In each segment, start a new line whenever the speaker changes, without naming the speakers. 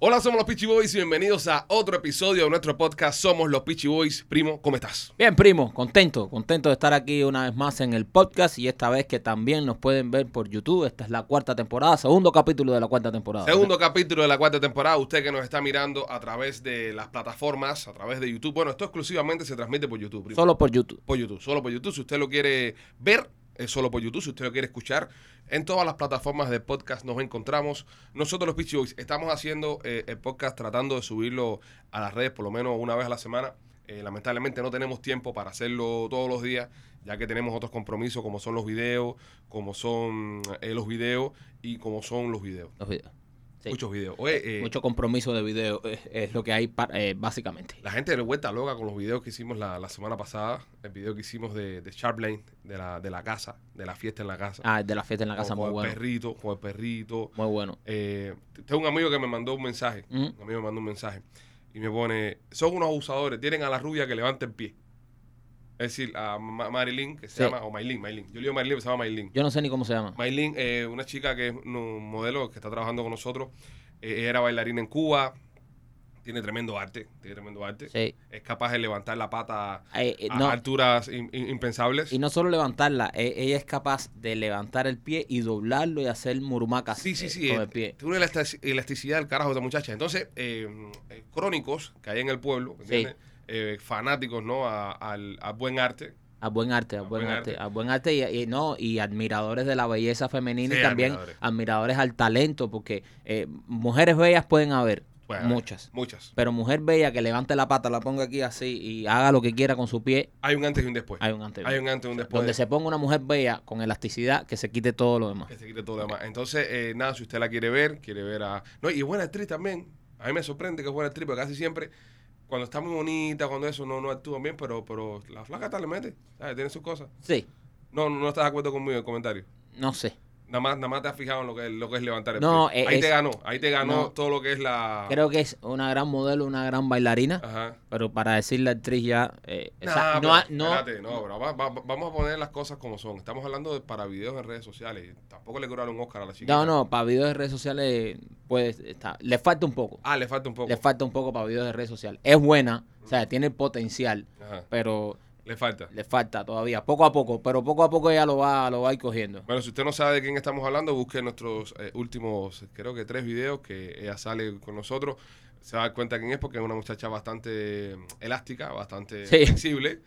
Hola, somos los Peachy Boys y bienvenidos a otro episodio de nuestro podcast. Somos los Peachy Boys. Primo, ¿cómo estás?
Bien, primo, contento, contento de estar aquí una vez más en el podcast y esta vez que también nos pueden ver por YouTube. Esta es la cuarta temporada, segundo capítulo de la cuarta temporada.
Segundo capítulo de la cuarta temporada. Usted que nos está mirando a través de las plataformas, a través de YouTube. Bueno, esto exclusivamente se transmite por YouTube, primo.
Solo por YouTube.
Por YouTube, solo por YouTube. Si usted lo quiere ver, es solo por YouTube. Si usted lo quiere escuchar, en todas las plataformas de podcast nos encontramos. Nosotros los Peachy Boys estamos haciendo eh, el podcast tratando de subirlo a las redes por lo menos una vez a la semana. Eh, lamentablemente no tenemos tiempo para hacerlo todos los días, ya que tenemos otros compromisos como son los videos, como son eh, los videos y como son los videos.
Los videos. Sí.
Muchos videos. Oye, eh,
Mucho compromiso de video es, es lo que hay para- eh, básicamente.
La gente de vuelta loca con los videos que hicimos la, la semana pasada, el video que hicimos de, de Sharp Lane, de la, de la casa, de la fiesta en la casa.
Ah, el de la fiesta en la casa,
con,
muy
con el
bueno.
perrito, con el perrito.
Muy bueno.
Eh, tengo un amigo que me mandó un mensaje.
Mm.
Un amigo me mandó un mensaje. Y me pone, son unos abusadores, tienen a la rubia que levanta el pie. Es decir, a Ma- Marilyn, que se
Sí.
llama, o Maylin, Maylin. Yo le digo Marilyn, pero se llama Maylin.
Yo no sé ni cómo se llama.
Maylin, eh, una chica que es un modelo que está trabajando con nosotros, eh, ella era bailarina en Cuba, tiene tremendo arte, tiene tremendo arte.
Sí.
Es capaz de levantar la pata a
Eh, eh, no,
alturas in- in- impensables.
y no solo levantarla, eh, ella es capaz de levantar el pie y doblarlo y hacer murumacas
Sí, sí,
eh,
sí.
con
eh,
el pie.
Tiene una elasti- elasticidad del carajo esta muchacha. Entonces, eh, eh, crónicos que hay en el pueblo, ¿me
Sí.
¿entiendes? Eh, fanáticos, ¿no? A- al, al buen arte.
A buen arte, a buen,
buen
arte,
arte.
a buen arte y, y no y admiradores de la belleza femenina
Sí,
y también
admiradores.
admiradores, al talento porque eh, mujeres bellas pueden haber
Pues,
muchas,
Muchas.
pero mujer bella que levante la pata, la ponga aquí así y haga lo que quiera con su pie,
Hay un antes y un después.
hay un antes.
Hay un antes y un después.
Donde se ponga una mujer bella con elasticidad que se quite todo lo demás.
Que se quite todo lo demás. Entonces, eh, nada, si usted la quiere ver, quiere ver a. No, y buena actriz también. A mí me sorprende que es buena actriz, porque casi siempre, cuando está muy bonita, cuando eso, no, no actúan bien, pero, pero la flaca tal le mete. ¿sabes? Tiene sus cosas.
Sí,
No, no, no estás de acuerdo conmigo en el comentario.
no sé.
Nada más, nada más te has fijado en lo que es, lo que es levantar el
No,
pie.
eh,
ahí te
es-
ganó, ahí te ganó
no.
todo lo que es la.
Creo que es una gran modelo, una gran bailarina,
Ajá.
pero para decirle actriz ya eh, o sea,
Ah. Nah,
no,
pero
ha- no-
espérate, no, pero va- va- vamos a poner las cosas como son. Estamos hablando de para videos en redes sociales. Tampoco le curaron un Oscar a la chica.
no, no, para videos de redes sociales pues está, le falta un poco.
Ah, le falta un poco.
Le falta un poco para videos de redes sociales. Es buena, o sea, tiene potencial,
Ajá,
pero
le falta.
le falta todavía, poco a poco, pero poco a poco ella lo va, lo va a ir cogiendo.
Bueno, si usted no sabe de quién estamos hablando, busque nuestros eh, últimos, creo que tres videos que ella sale con nosotros. Se va a dar cuenta quién es porque es una muchacha bastante mm, elástica, bastante
Sí.
flexible.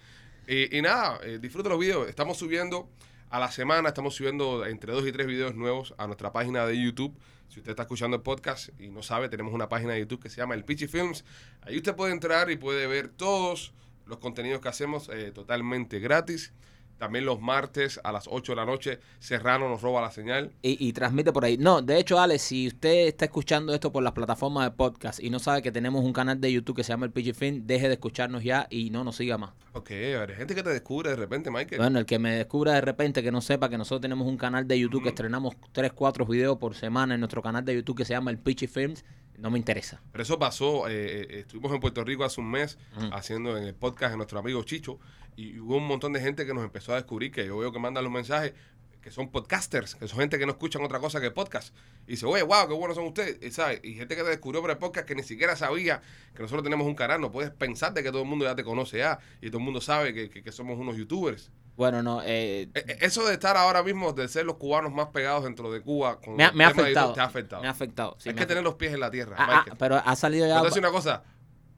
Y, y nada, eh, disfruta los videos. Estamos subiendo a la semana, estamos subiendo entre dos y tres videos nuevos a nuestra página de YouTube. Si usted está escuchando el podcast y no sabe, tenemos una página de YouTube que se llama El Pichi Films. Ahí usted puede entrar y puede ver todos los contenidos que hacemos eh, totalmente gratis. También los martes a las 8 de la noche, Serrano nos roba la señal.
Y, y transmite por ahí. No, de hecho, Ale, si usted está escuchando esto por las plataformas de podcast y no sabe que tenemos un canal de YouTube que se llama el PG Film, deje de escucharnos ya y no nos siga más.
Ok, hay gente que te descubre de repente, Michael.
Bueno, el que me descubra de repente que no sepa que nosotros tenemos un canal de YouTube que estrenamos 3, 4 videos por semana en nuestro canal de YouTube que se llama el Pitchy Films, no me interesa.
Pero eso pasó, eh, eh, estuvimos en Puerto Rico hace un mes
Ujú.
haciendo en el podcast de nuestro amigo Chicho y hubo un montón de gente que nos empezó a descubrir, que yo veo que mandan los mensajes, que son podcasters, que son gente que no escuchan otra cosa que podcast. Y dice, oye, wow, qué buenos son ustedes, y, ¿sabes? Y gente que te descubrió por el podcast que ni siquiera sabía que nosotros tenemos un canal, no puedes pensar de que todo el mundo ya te conoce ya y todo el mundo sabe que, que- que somos unos youtubers.
Bueno, no, eh,
E- e- Eso de estar ahora mismo, de ser los cubanos más pegados dentro de Cuba, con
me, ha,
el
me ha
tema de
afectado.
YouTube, te ha afectado.
Me ha afectado. sí,
Hay
me
que
ha
tener los pies en la tierra,
Ah, ah,
Michael.
pero ha salido
Yo
ya.
te voy a decir una cosa.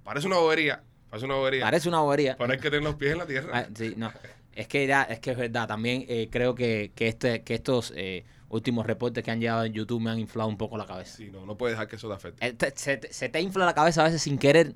Parece una bobería. Parece una bobería.
Parece una bobería.
Pero hay que tener los pies en la tierra.
Ah, sí, no. Es que ya, es que es verdad. También eh, creo que, que este, que estos eh, últimos reportes que han llegado en YouTube me han inflado un poco la cabeza.
Sí, no, no puedes dejar que eso te afecte.
Eh, te- se, te- se te infla la cabeza a veces sin querer.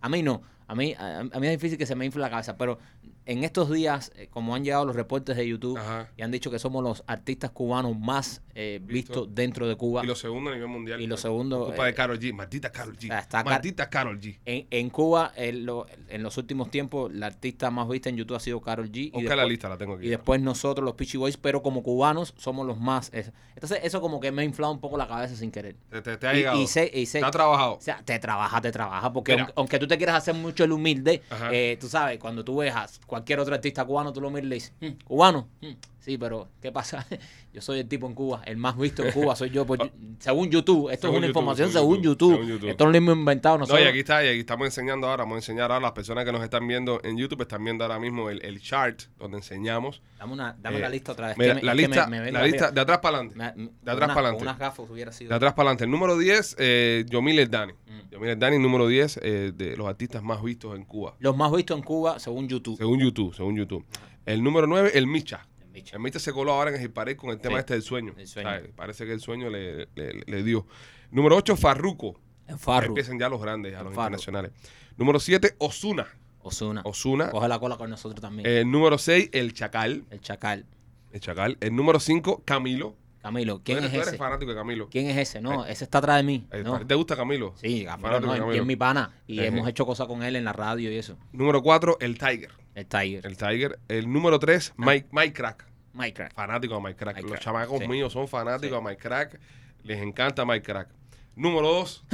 A mí no. A mí, a, a mí es difícil que se me infle la cabeza. Pero en estos días, eh, como han llegado los reportes de YouTube
Ajá.
y han dicho que somos los artistas cubanos más eh,
Visto.
vistos dentro de Cuba.
Y lo segundo a nivel mundial.
Y lo segundo,
Culpa de
eh,
Carol G. Maldita Carol G.
Ah, está Car-
Maldita Carol G.
En, en Cuba, en, lo- en los últimos tiempos, la artista más vista en YouTube ha sido Carol G.
Busca la
después-
lista, la tengo aquí.
Y después nosotros, los Peachy Boys, pero como cubanos somos los más. es- Entonces, eso como que me ha inflado un poco la cabeza sin querer.
Te, te- te ha
Y-
llegado.
y sé- y sé-
Te ha trabajado.
O sea, te trabaja, te trabaja, porque
Mira.
aunque, aunque tú te quieras hacer mucho el humilde,
Ajá.
eh, tú sabes, cuando tú ves a- cuando Cualquier otro artista cubano, tú lo miras y le dices, "Mm, cubano, Mm, sí, pero ¿qué pasa? yo soy el tipo en Cuba, el más visto en Cuba, soy yo. por- según YouTube, esto
Según
es una
YouTube,
información
según
según
YouTube,
YouTube.
según YouTube.
Esto no lo hemos inventado
No,
nosotros.
y aquí está, y aquí estamos enseñando ahora, vamos a enseñar ahora, las personas que nos están viendo en YouTube están viendo ahora mismo el, el chart donde enseñamos.
dame una, dame
Eh,
la lista otra vez.
Mira,
que me-
la
es que me-
lista,
me vengo
la
arriba.
lista de atrás para adelante.
Me- me-
de atrás
unas-
pa'lante.
con Unas gafas hubiera sido.
De atrás para adelante. El número 10, eh, Yomil Dani.
Mm.
Yomil Dani, número 10 eh, de los artistas más vistos en Cuba.
Los más vistos en Cuba, según YouTube.
Según YouTube, según YouTube. El número 9, el Micha.
El Micha.
El Micha se coló ahora en el Paré con el tema
Sí.
este del sueño.
El sueño.
¿Sabes? Parece que el sueño le, le- le dio. Número 8, Farruko.
El Farru,
Empiezan ya los grandes, a los
Farru.
internacionales. Número 7, Osuna.
Ah. Osuna.
Osuna. Eh.
Coge la cola con nosotros también.
El número 6, el Chacal.
el Chacal.
El Chacal. El número 5, Camilo.
Camilo,
Tú
¿quién
eres-
es
tú eres
ese?
fanático de Camilo.
¿Quién es ese? No, ese está atrás de mí.
Eh,
¿no?
¿Te gusta Camilo? Eh.
Sí, Camilo,
Fanático
no,
de
y es mi pana. Y
Ejé.
hemos hecho cosas con él en la radio y eso.
Número 4, el Tiger.
El Tiger.
El Tiger. El número 3, Mike, Mike Crack.
Minecraft.
Fanático de Mike Crack.
Ah. Mike
Los
Crack,
chamacos
sí.
míos son fanáticos
Sí.
de Mike Crack. Les encanta Mike Crack. Número 2,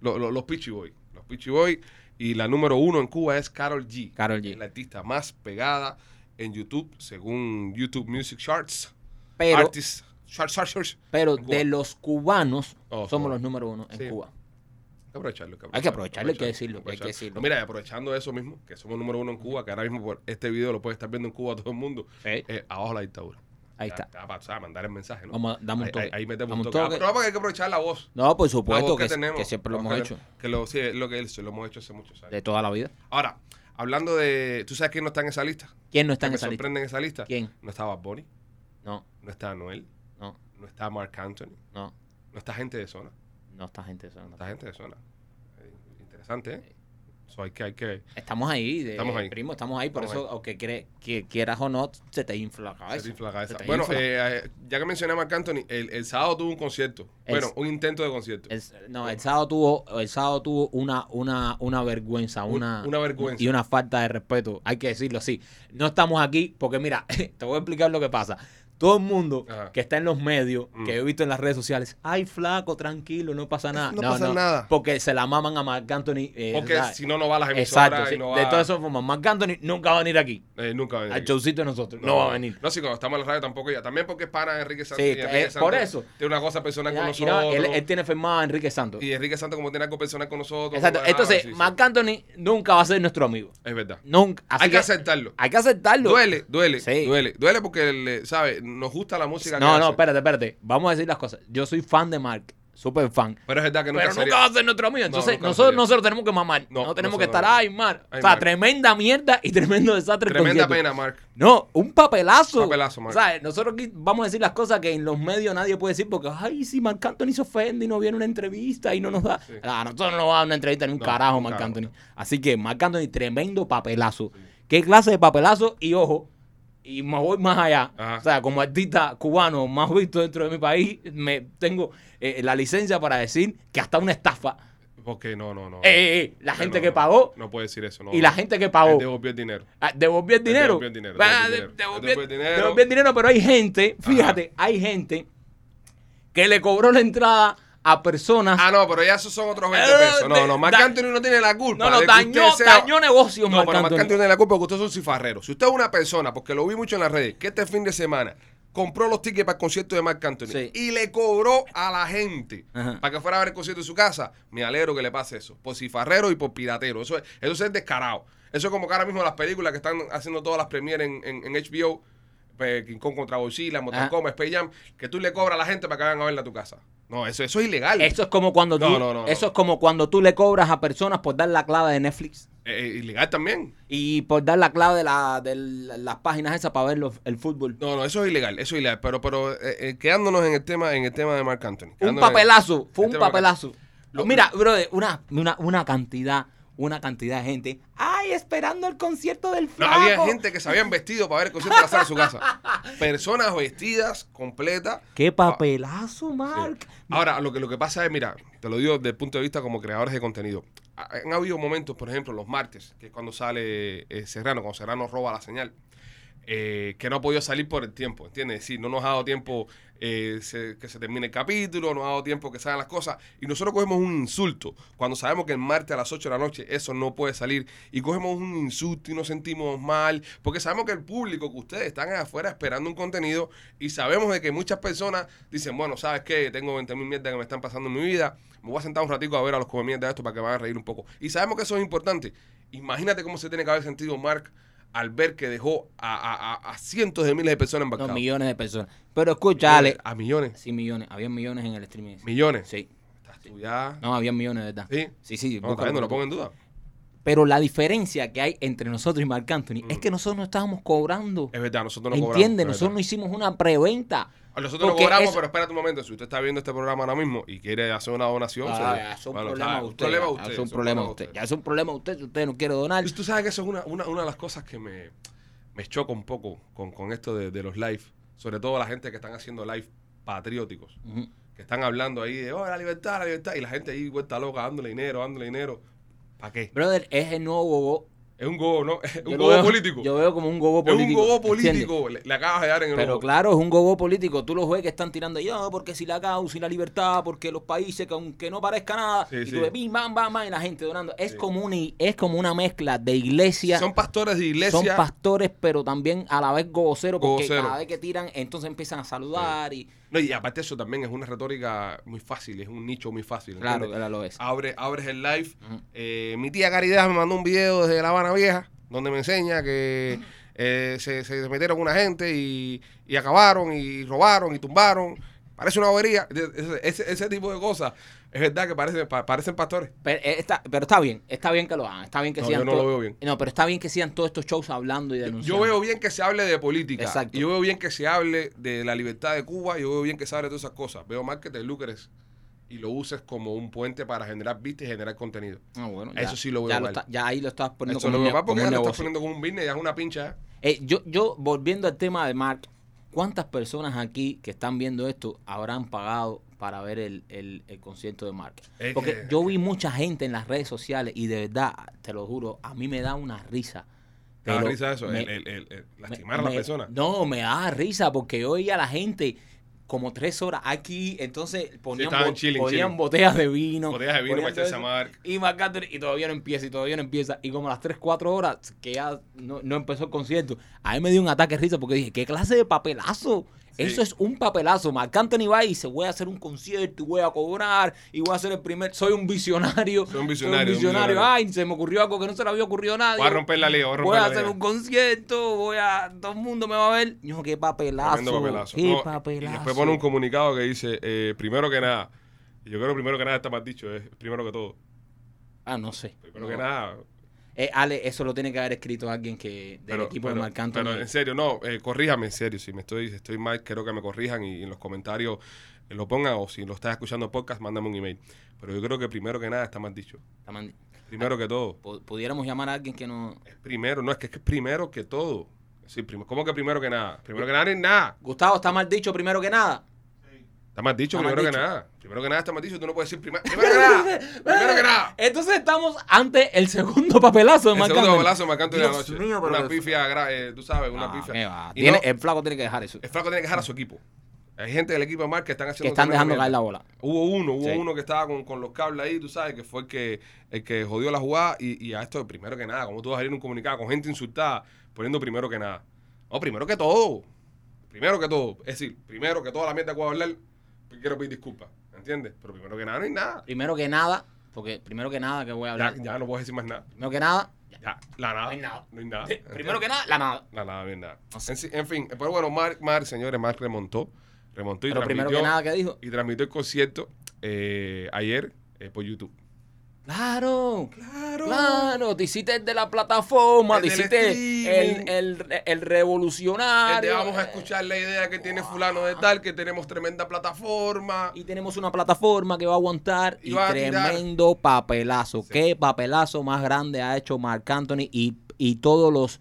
los, los, Peachy Boy. Los Peachy Boy. Y la número 1 en Cuba es Carol G.
Karol
Es la
G.
artista más pegada en YouTube, según YouTube Music Charts.
Pero,
Artist Charts, Charts, Charts.
pero
en Cuba.
de los cubanos,
Oh,
somos
Cuba.
los número uno en
Sí.
Cuba.
Hay que aprovecharlo.
Hay que aprovecharlo, hay que decirlo, hay que decirlo.
Mira, y aprovechando eso mismo, que somos número uno en Cuba, que ahora mismo por este video lo puede estar viendo en Cuba todo el mundo, eh, abajo la dictadura.
Ahí
Ya,
está.
ya para, ¿sabes? mandar el mensaje, ¿no?
Vamos, damos un
ahí,
toque.
ahí- ahí metemos
Dame
un
un
toque. Ah,
toque.
pero vamos, que hay que aprovechar la voz.
No, por
La voz
supuesto que,
tenemos.
que siempre lo
La voz
hemos
que-
hecho.
Que lo, sí, es lo que es, lo hemos hecho hace muchos años.
De toda la vida.
Ahora, hablando de. ¿Tú sabes quién no está en esa lista?
¿Quién no está en
me
esa lista?
sorprende en esa lista?
¿Quién?
No está Bad Bunny,
No,
no está Noel,
no,
no está Mark Anthony,
no.
no está gente de zona.
No está gente. eso no
No
está.
está gente de zona. Eh, interesante, ¿eh? Eso hay que. Hay que
Estamos ahí, de-
Estamos ahí.
primo, estamos ahí. Por
Estamos
eso, aunque cre- que quieras o no, se te infla la cabeza.
Se infla la cabeza.
Se te
Bueno,
infla.
eh, eh, ya que mencioné a Marc Anthony, el, el sábado tuvo un concierto. Bueno,
Es-
un intento de concierto.
El- no, el sábado tuvo, el sábado tuvo una, una, una vergüenza,
Un-
una,
una vergüenza.
y una falta de respeto. Hay que decirlo así. No estamos aquí porque mira, te voy a explicar lo que pasa. Todo el mundo
Ajá.
que está en los medios,
Mm.
que he visto en las redes sociales, ay flaco, tranquilo, no pasa nada.
No pasa nada.
Porque se la maman a Marc Anthony. eh,
Porque
¿sabes?
si no, no va a las emisoras
Exacto. sí.
y no va
De todas esas formas, Marc Anthony nunca va a venir aquí.
eh, nunca va a venir
Al
aquí.
showcito de nosotros. No, va a venir.
No, sí, cuando estamos en la radio tampoco ya. También porque es pana de Enrique Santos.
Sí,
y Enrique
eh, por eso.
Tiene una cosa personal con
Y nada,
nosotros.
él, este él tiene firmado a Enrique Santos.
Y Enrique Santos, como tiene algo personal con nosotros.
Exacto.
ah,
Entonces,
sí, sí.
Marc Anthony nunca va a ser nuestro amigo.
Es verdad.
Nunca. Así
Hay que,
que
aceptarlo.
hay que aceptarlo.
Duele, duele,
Sí.
duele. Duele porque, le- ¿sabes? Nos gusta la música.
No,
que
no,
hace.
espérate, espérate. Vamos a decir las cosas. Yo soy fan de Mark, súper fan.
Pero es verdad que nunca
pero
sería-
nunca va a ser nuestro amigo. Entonces,
nunca
nosotros
sería.
no se lo tenemos que mamar.
No,
No,
no
tenemos
se
que
lo
estar,
mamamos.
ay, Mark.
Ay,
o sea,
Mark.
tremenda mierda y tremendo desastre. el
Tremenda
concierto.
pena, Mark.
No, un papelazo.
Papelazo, Marc.
O sea, nosotros aquí vamos a decir las cosas que en los medios nadie puede decir porque, ay, si Marc Anthony se ofende y no viene una entrevista y no nos da.
Sí.
Ah, nosotros no nos va a dar una entrevista ni un
No,
carajo,
un
Marc
carajo.
Anthony. Así que, Marc Anthony, tremendo papelazo. ¿Qué clase de papelazo? Y ojo, y me voy más allá.
Ajá.
O sea, como artista cubano más visto dentro de mi país, me tengo eh, la licencia para decir que hasta una estafa.
Porque no, no, no.
Eh, eh, eh, la
No,
gente
no,
que
no.
pagó
No puede decir eso, no.
y la gente que
Él
pagó.
devolvió el dinero.
Ah, Devolví el dinero.
Devolví el dinero, devolví el
Va,
dinero.
de- devolví
Devolví el
el-
dinero.
devolví el dinero, pero hay gente,
Ajá.
fíjate, hay gente que le cobró la entrada a personas.
Ah, no, pero ya esos son otros 20
Eh,
pesos. No,
de-
no, Marc
da-
Anthony no tiene la culpa.
no, no,
de que usted
dañó,
sea-
dañó negocios,
No,
Marc
pero Marc
Anthony.
Anthony tiene la culpa porque usted es un cifarrero. Si usted es una persona, porque lo vi mucho en las redes, que este fin de semana compró los tickets para el concierto de Marc Anthony
Sí.
y le cobró a la gente
Ajá.
para que fuera a ver el concierto en su casa, me alegro que le pase eso. Por cifarrero y por piratero. Eso es, eso es descarado. Eso es como que ahora mismo las películas que están haciendo todas las premieres en, en- en HBO, pues, King Kong contra Godzilla, Mortal
Ajá.
Kombat, Space Jam, que tú le cobras a la gente para que vayan a verla a tu casa. No, eso, eso es ilegal.
Eso es como cuando tú,
No, no, no, no.
eso es como cuando tú le cobras a personas por dar la clave de Netflix
Eh, eh, ilegal también.
y por dar la clave de, la- de las páginas esas para ver los- el fútbol.
No, no, eso es ilegal, eso es ilegal. Pero, pero eh, eh, quedándonos en el tema, en el tema de Marc Anthony.
Un
quedándonos en-
papelazo, fue un
Este Marc-
papelazo.
Lo-
Mira, brother, una, una, una cantidad, una cantidad de gente. Ay, esperando el concierto del
No,
flaco.
había gente que se habían vestido para ver el concierto de la sala de su casa. Personas vestidas, completas.
¡Qué papelazo, Mark!
Ahora, lo que, lo que pasa es, mira, te lo digo desde el punto de vista como creadores de contenido. Ha- Han habido momentos, por ejemplo, los martes, que es cuando sale eh, Serrano, cuando Serrano roba la señal. eh, que no ha podido salir por el tiempo, ¿entiendes? Es decir, no nos ha dado tiempo eh, se- que se termine el capítulo, no ha dado tiempo que salgan las cosas. Y nosotros cogemos un insulto cuando sabemos que el martes a las 8 de la noche eso no puede salir. Y cogemos un insulto y nos sentimos mal, porque sabemos que el público, que ustedes están allá afuera esperando un contenido y sabemos de que muchas personas dicen, bueno, ¿sabes qué? Tengo 20 mil mierdas que me están pasando en mi vida, me voy a sentar un ratico a ver a los come mierda esto para que van a reír un poco. Y sabemos que eso es importante. Imagínate cómo se tiene que haber sentido Mark al ver que dejó a, a- a- a cientos de miles de personas
No,
embarcadas. Eh,
millones de personas. Pero escucha, Ale.
A millones.
Sí, millones. Había millones en el streaming. ese.
Millones.
Sí.
Estás tú ya.
No, había millones, de ¿verdad?
Sí.
Sí, sí.
No,
búscalo.
está bien, no lo pongo en duda.
Pero la diferencia que hay entre nosotros y Marc Anthony es que nosotros no estábamos cobrando.
Mm. Es verdad, nosotros no cobramos.
¿Entiendes?
es
Nosotros no
verdad.
hicimos una preventa.
Nosotros no
porque
cobramos,
eso-
pero espérate un momento. Si usted está viendo este programa ahora mismo y quiere hacer una donación,
Ah, ya,
se-
eso es un
bueno,
problema
está-
de usted.
problema de
ya,
usted,
eso es
eso
un problema de usted. Ya es un problema de usted. Si usted no quiere donar.
Tú sabes que eso es una, una, una de las cosas que me, me choca un poco con, con esto de, de los live. Sobre todo la gente que están haciendo live patrióticos.
Ujú.
Que están hablando ahí de, oh, la libertad, la libertad. Y la gente ahí vuelta loca, dándole dinero, dándole dinero. ¿Para qué?
Brother, es el nuevo gogo.
Es un gobo, ¿no? Es
Yo
un
lo
gobo
veo-
político.
Yo veo como un gogo
Es
político.
un gobo
¿entiendes?
político. Le, le acabas de dar en el
Pero
ojo.
claro, es un gogo político. Tú los ves que están tirando, yo, porque si la causa y la libertad, porque los países, que aunque no parezca nada,
Sí,
y
sí.
tú ves, bim, bam, bam, bam, y la gente donando. Es,
Sí.
como, una, es como una mezcla de iglesia,
Son pastores de
son
iglesia.
pastores, pero también a la vez gogoceros, porque
Gogoceros.
cada vez que tiran, entonces empiezan a saludar y...
No, y aparte eso también es una retórica muy fácil, es un nicho muy fácil.
Claro,
¿entiendes?
claro, lo es.
Abre, abres el live.
Ujú.
Eh, mi tía Caridad me mandó un video desde La Habana Vieja, donde me enseña que eh, se, se metieron una gente y, y acabaron y robaron y tumbaron. Parece una bobería. Ese, ese- ese tipo de cosas. Es verdad que parecen, pa- parecen pastores.
Pero eh, está, pero está bien, está bien que lo hagan, está bien que
No,
sigan
yo no
todo-
lo veo bien.
No, pero está bien que sigan todos estos shows hablando y denunciando.
Yo veo bien que se hable de política.
Exacto.
Yo veo bien que se hable de la libertad de Cuba. Yo veo bien que se hable de todas esas cosas. Veo mal que te lucres y lo uses como un puente para generar vistas y generar contenido.
Ah, bueno,
Eso sí lo veo
ya,
mal.
está- ya ahí lo estás poniendo
Eso lo
como un
veo
ne-
mal porque
como
ya
un
lo estás
negocio.
poniendo como un business, ya es una pincha. ¿eh?
Eh, yo, yo, volviendo al tema de Mark, ¿cuántas personas aquí que están viendo esto habrán pagado para ver el, el- el concierto de Mark?
Es
Porque
que-
yo vi mucha gente en las redes sociales y de verdad, te lo juro, a mí me da una risa.
Te da
Pero
risa eso,
me-
el, el- el- el
me-
lastimar a las
me-
personas.
No, me da risa porque yo oía a la gente como tres horas aquí, entonces ponían,
estaban
bo-
chilling,
ponían
chilling.
botellas de vino.
Botellas de vino pues,
ponían
para echarse
todo
a
eso,
Marc.
Y Marc Anthony, y todavía no empieza, y todavía no empieza. Y como a las tres, cuatro horas que ya no, no empezó el concierto, a mí me dio un ataque de risa porque dije, ¿qué clase de papelazo?
Sí.
Eso es un papelazo. Marc Anthony va y dice, voy a hacer un concierto, y voy a cobrar, y voy a hacer el primer... Soy un visionario.
Soy un visionario, un visionario.
Ay, se me ocurrió algo que no se le había ocurrido a nadie.
Voy a romper la liga, voy a
Voy
romper
a
la
hacer
liga.
un concierto, voy a. Todo el mundo me va a ver. No, qué papelazo.
Tremendo papelazo.
Qué
No,
papelazo.
Y después pone un comunicado que dice, eh, primero que nada, y yo creo que primero que nada está mal dicho, es primero que todo.
Ah, no sé.
Primero
No.
que nada.
Eh, Ale, eso lo tiene que haber escrito alguien que del
pero-
equipo de
pero-
Marc Anthony.
Pero en serio, no, eh, corríjame en serio. Si me estoy, si estoy mal, quiero que me corrijan y en los comentarios eh, lo pongan o si lo estás escuchando en podcast, mándame un email. Pero yo creo que primero que nada está mal dicho.
Está mandi-
Primero que todo.
Pu- Pudiéramos llamar a alguien que no.
Es primero, no, es que es primero que todo. Sí, prim- ¿Cómo que primero que nada? Primero que nada no es nada.
Gustavo, está mal dicho primero que nada.
Está mal dicho,
Está mal
primero que
dicho.
nada. Primero que nada está mal dicho, tú no puedes decir prima- primero que nada. primero que nada.
Entonces estamos ante el segundo papelazo de
El
Marc
segundo
Anthony.
golazo marcando de la
Dios
noche.
mío, pero
una
eso-
pifia, gra- eh, tú sabes, una
Ah,
pifia.
qué va.
Y
Tiene-
no,
El flaco tiene que dejar eso.
el Franco tiene que dejar a su equipo. Hay gente del equipo de Mar que están haciendo.
Que están
tremenda
dejando caer la
mierda.
bola.
Hubo uno, hubo
Sí.
uno que estaba con, con los cables ahí, tú sabes, que fue el que, el que jodió la jugada. Y, y a esto, primero que nada, como tú vas a ir un comunicado con gente insultada, poniendo primero que nada. No, primero que todo. Primero que todo. Es decir, primero que toda la mierda que voy a hablar, quiero pedir disculpas. ¿Entiendes? Pero primero que nada no hay nada.
Primero que nada, porque primero que nada que voy a
Ya,
hablar.
ya no puedes decir más nada.
Primero que nada,
Ya, la nada.
No hay nada.
No hay nada.
Eh, Primero que nada, la nada.
La nada, bien nada. En, sí- en fin, pero bueno, Mark, Mark, señores, Mark remontó. Remontó y
Pero
transmitió,
primero que nada, ¿qué dijo?
y transmitió el concierto eh, ayer eh, por YouTube.
Claro,
Claro.
claro, te hiciste el de la plataforma,
El
te
del
hiciste
streaming.
el, el, el revolucionario.
Este, vamos a escuchar la idea que tiene fulano de tal, que tenemos tremenda plataforma.
Y tenemos una plataforma que va a aguantar
Y
y,
va a tirar.
tremendo papelazo. Qué papelazo más grande ha hecho Marc Anthony y, y todos los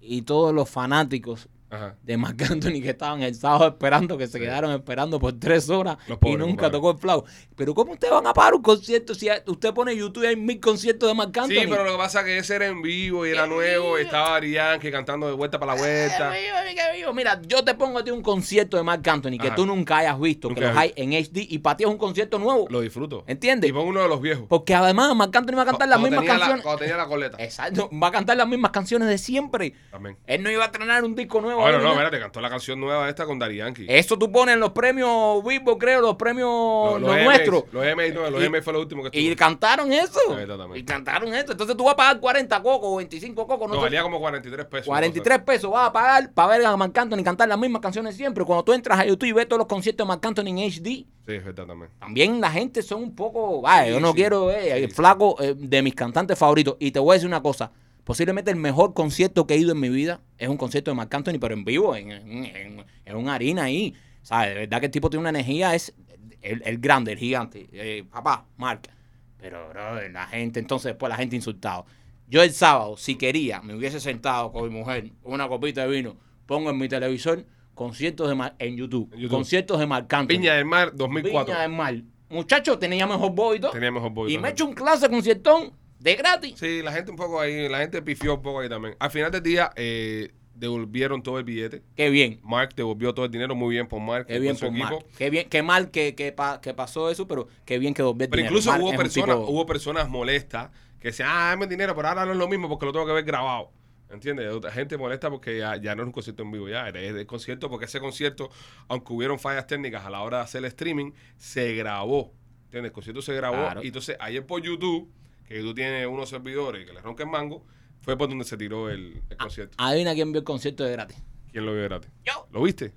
y todos los fanáticos
Ajá.
de Marc Anthony que estaban el sábado esperando, que se
Sí.
quedaron esperando por tres horas
Los pobres,
y
compadre.
nunca tocó el flau. Pero ¿cómo ustedes van a pagar un concierto si hay- usted pone YouTube y hay mil conciertos de Marc Anthony?
Sí, pero lo que pasa es que ese era en vivo y era nuevo. Estaba Arián que cantando de vuelta para la vuelta.
Qué vivo, qué vivo. Mira, yo te pongo a ti un concierto de Marc Anthony que
Ajá.
tú nunca hayas visto,
Nunca
que los
he
hay en HD y para ti es un concierto nuevo.
Lo disfruto.
¿Entiendes?
Y pon uno de los viejos.
Porque además Marc Anthony va a cantar las
Cuando
mismas
tenía la-
canciones. Eh.
cuando tenía la coleta.
Exacto, va a cantar las mismas canciones de siempre.
También.
Él no iba a estrenar un disco nuevo.
Bueno,
ahí,
no,
¿no? Eh,
mira, te cantó la canción nueva esta con Darianki.
Eso tú pones en los premios Billboard, creo, los premios
Lo-
los,
MX,
nuestros.
Los M, no, los
Y-
M fue lo último que estuvo.
Y cantaron eso.
La verdad también.
Y cantaron eso. Entonces tú vas a pagar 40 cocos, 25 cocos, no,
No,
sé.
valía como 43 pesos.
43 pesos vas a pagar para ver a Marc Anthony cantar las mismas canciones siempre. Cuando tú entras a YouTube y ves todos los conciertos de Marc Anthony en HD,
Sí, es verdad también.
también la gente son un poco. Vaya,
Sí,
yo no
sí.
quiero. eh,
Sí,
el
sí.
flaco eh, de mis cantantes favoritos. Y te voy a decir una cosa. Posiblemente el mejor concierto que he ido en mi vida es un concierto de Marc Anthony, pero en vivo, en, en, en- en una harina ahí. ¿Sabes? De verdad que el tipo tiene una energía, es el, el grande, el gigante. Eh, papá, Marc. Pero, brother, la gente, entonces después la gente insultado. Yo el sábado, si quería, me hubiese sentado con mi mujer, una copita de vino, pongo en mi televisor conciertos de Mar- en, YouTube,
En YouTube.
conciertos de Marc Anthony.
Viña del Mar 2004.
Viña del Mar. Muchachos, tenía mejor boy y todo.
Tenía mejor boy.
y me
también.
he hecho un clase conciertón de gratis.
Sí, la gente un poco ahí, la gente pifió un poco ahí también. Al final del día, eh, devolvieron todo el billete.
Qué bien.
Mark devolvió todo el dinero, muy bien por Mark.
Qué bien
su
por
equipo.
Mark. Qué bien, qué mal que, que, pa- que pasó eso, pero qué bien que dos
Pero incluso hubo personas, hubo personas molestas que decían, ah, dame dinero, pero ahora no es lo mismo porque lo tengo que ver grabado. ¿Entiendes? Otra gente molesta porque ya, ya no es un concierto en vivo, ya es el concierto, porque ese concierto, aunque hubieron fallas técnicas a la hora de hacer el streaming, se grabó. ¿Entiendes? El concierto se grabó
Claro.
y entonces ayer por YouTube, que tú tienes unos servidores que le roncan mango, fue por donde se tiró el,
Ah.
el concierto.
Adivina quién vio el concierto de gratis.
¿Quién lo vio gratis?
Yo.
¿Lo viste?